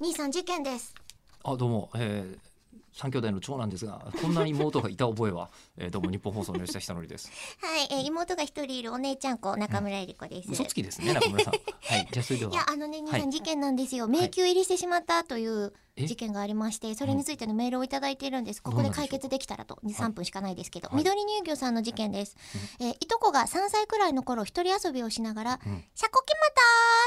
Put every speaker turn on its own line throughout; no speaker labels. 兄さん事件です
あどうも、えー、三兄弟の長男ですがこんな妹がいた覚えは、 えー、どうも日本放送の吉田久典です
はい、えー妹が一人いるお姉ちゃん子中村えり子です、
嘘つきですね中村さんはいじゃあそれではい
やあのね兄さ
は
ん
い
事件なんですよ、
い
迷宮入りしてしまったという
え
事件がありましてそれについてのメールをいただいているんですここで解決できたらと23分しかないですけど、
はい
緑乳業さんの事件です、えーいとこが3歳くらいの頃一人遊びをしながら「
うん
シャコキマ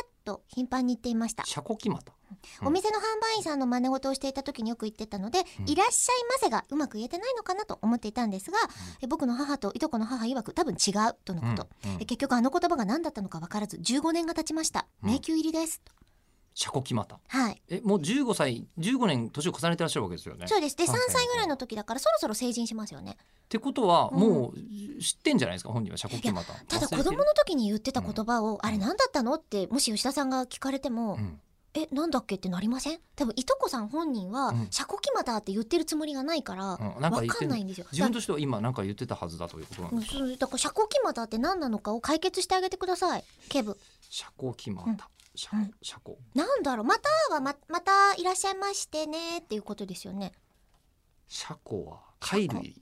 ター!」と頻繁に言っていました
シャコキマタうん
お店の販売員さんの真似事をしていた時によく言ってたので「
うん
いらっしゃいませ」がうまく言えてないのかなと思っていたんですが、え僕の母といとこの母曰く多分違うとのこと、
うんうん
え結局あの言葉が何だったのか分からず15年が経ちました
うん
迷宮入りです、
シャコキマタ
はい
えもう15歳15年年を重ねてらっしゃるわけですよね
そうですで3
はいはいはい
歳ぐらいの時だからそろそろ成人しますよね
ってことは
うん
もう知ってんじゃないですか本人はシャコキマタ
ただ
忘
子
れてる
供の時に言ってた言葉を、あれ何だったのってもし吉田さんが聞かれても、
うん
えなんだっけってなりません多分いとこさん本人は、
うん
シャコキマタって言ってるつもりがないから、
うんなんか
分
言っ
か
て
ん
ん
ないんですよ
自分としては今なんか言ってたはずだということなん
う
で
ん
すか
そうだから遮光キマターって何なのかを解決してあげてくださいケブ
シャコキマタシャ
うん
シャコ
なんだろうまたはままたいらっしゃいましてねっていうことですよね
シャコは貝類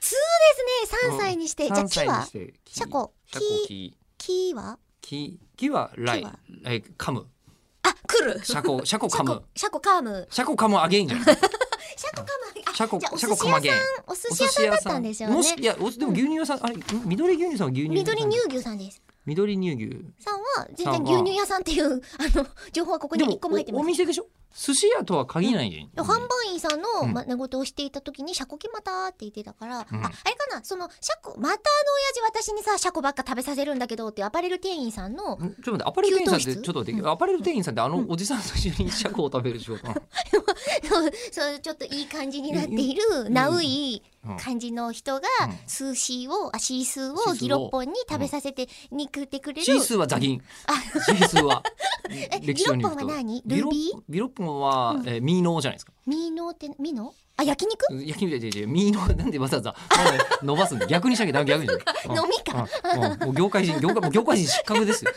通ですね3歳にして、
三
じゃあ木
歳に
は
して木
シャコ
シャコキ
木は
木木はライ
木は
え噛む
あ来る
シ ャコシャコ噛む
シャコカム
シャコ噛むアゲイ ンじゃな
シ
い
ャコカムあ
シャコ
じゃあお寿
シャコ
司
噛
屋
む
さ
ア
ん
ゲ
お寿司屋さんだったん
イン
ですよ
も
ね
しいやおでも牛乳屋さんあれ緑牛乳さんは牛乳屋さ
緑
ん
乳牛さんです
緑乳牛
さんは全然牛乳屋さんっていうあの情報はここに
で
1
も
個も入って
お
ま
お
す
店でしょ寿司屋とは限らないじゃん、
販売員さんの
うん
ま寝言をしていた時に「シャコキマタ」って言ってたから、
うん
ああれかなその「シャコまたあの親父私にさシャコばっか食べさせるんだけど」っていうアパレル店員さんの
んちょっと待ってアパレル店員さんって
給湯室
ちょっと待って、アパレル店員さんってあのおじさんと一緒にシャコを食べる仕 事なの、
そうちょっといい感じになっている
ん
ナウイ
うん
感じの人が
うん
スーシーをあシースー
シースー
を
を
ギロッポンに食べさせてに食ってくれる
シースーはザギンシース ーは歴史上に行く
ギ
と
ロッポンは何ルビー
ギロッポンは、えーミーノーじゃないですか
ミーノってミノあ焼肉
焼きみたいででミーノーなんでわざわざ伸ばすんで逆にしなきゃダメ逆にしなきゃ
飲みか
うんうんもう業界人業界もう業界人失格ですよ。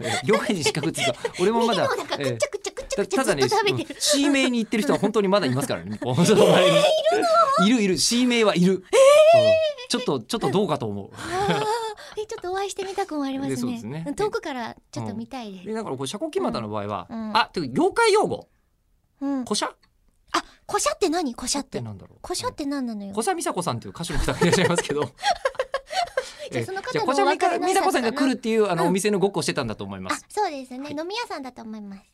え業界人失格っていうか俺も
ミ
ま
ノ
だ
なんかくっちゃくっちゃくっちゃく
た
っちゃ
た
ず
だ
っ
ね
と食べてる、
うん C 名に行ってる人は本当にまだいますからね。日本放送の周りにいるいる C 名はいる。うんちょっとちょっとどうかと思う。
あーえちょっとお会いしてみたくもあります
でそう
ね
ですね
うん遠くからちょっと見たいです、
でだからこうシャコキマタの場合は、
うん
あてか業界用語
うん、
コシャ
あコシャって何コシャっ
って
て
なんだろう。
コシャって何なのよ。
コシャミサコさんという歌手の方がいらっしゃいますけど
じゃあその方の
えーじゃあコシャミカ
お別れの挨拶
ミサコさんが来るっていうあの、
うん
お店のごっこをしてたんだと思いま
あ
す。
そうですね、
はい
飲み屋さんだと思います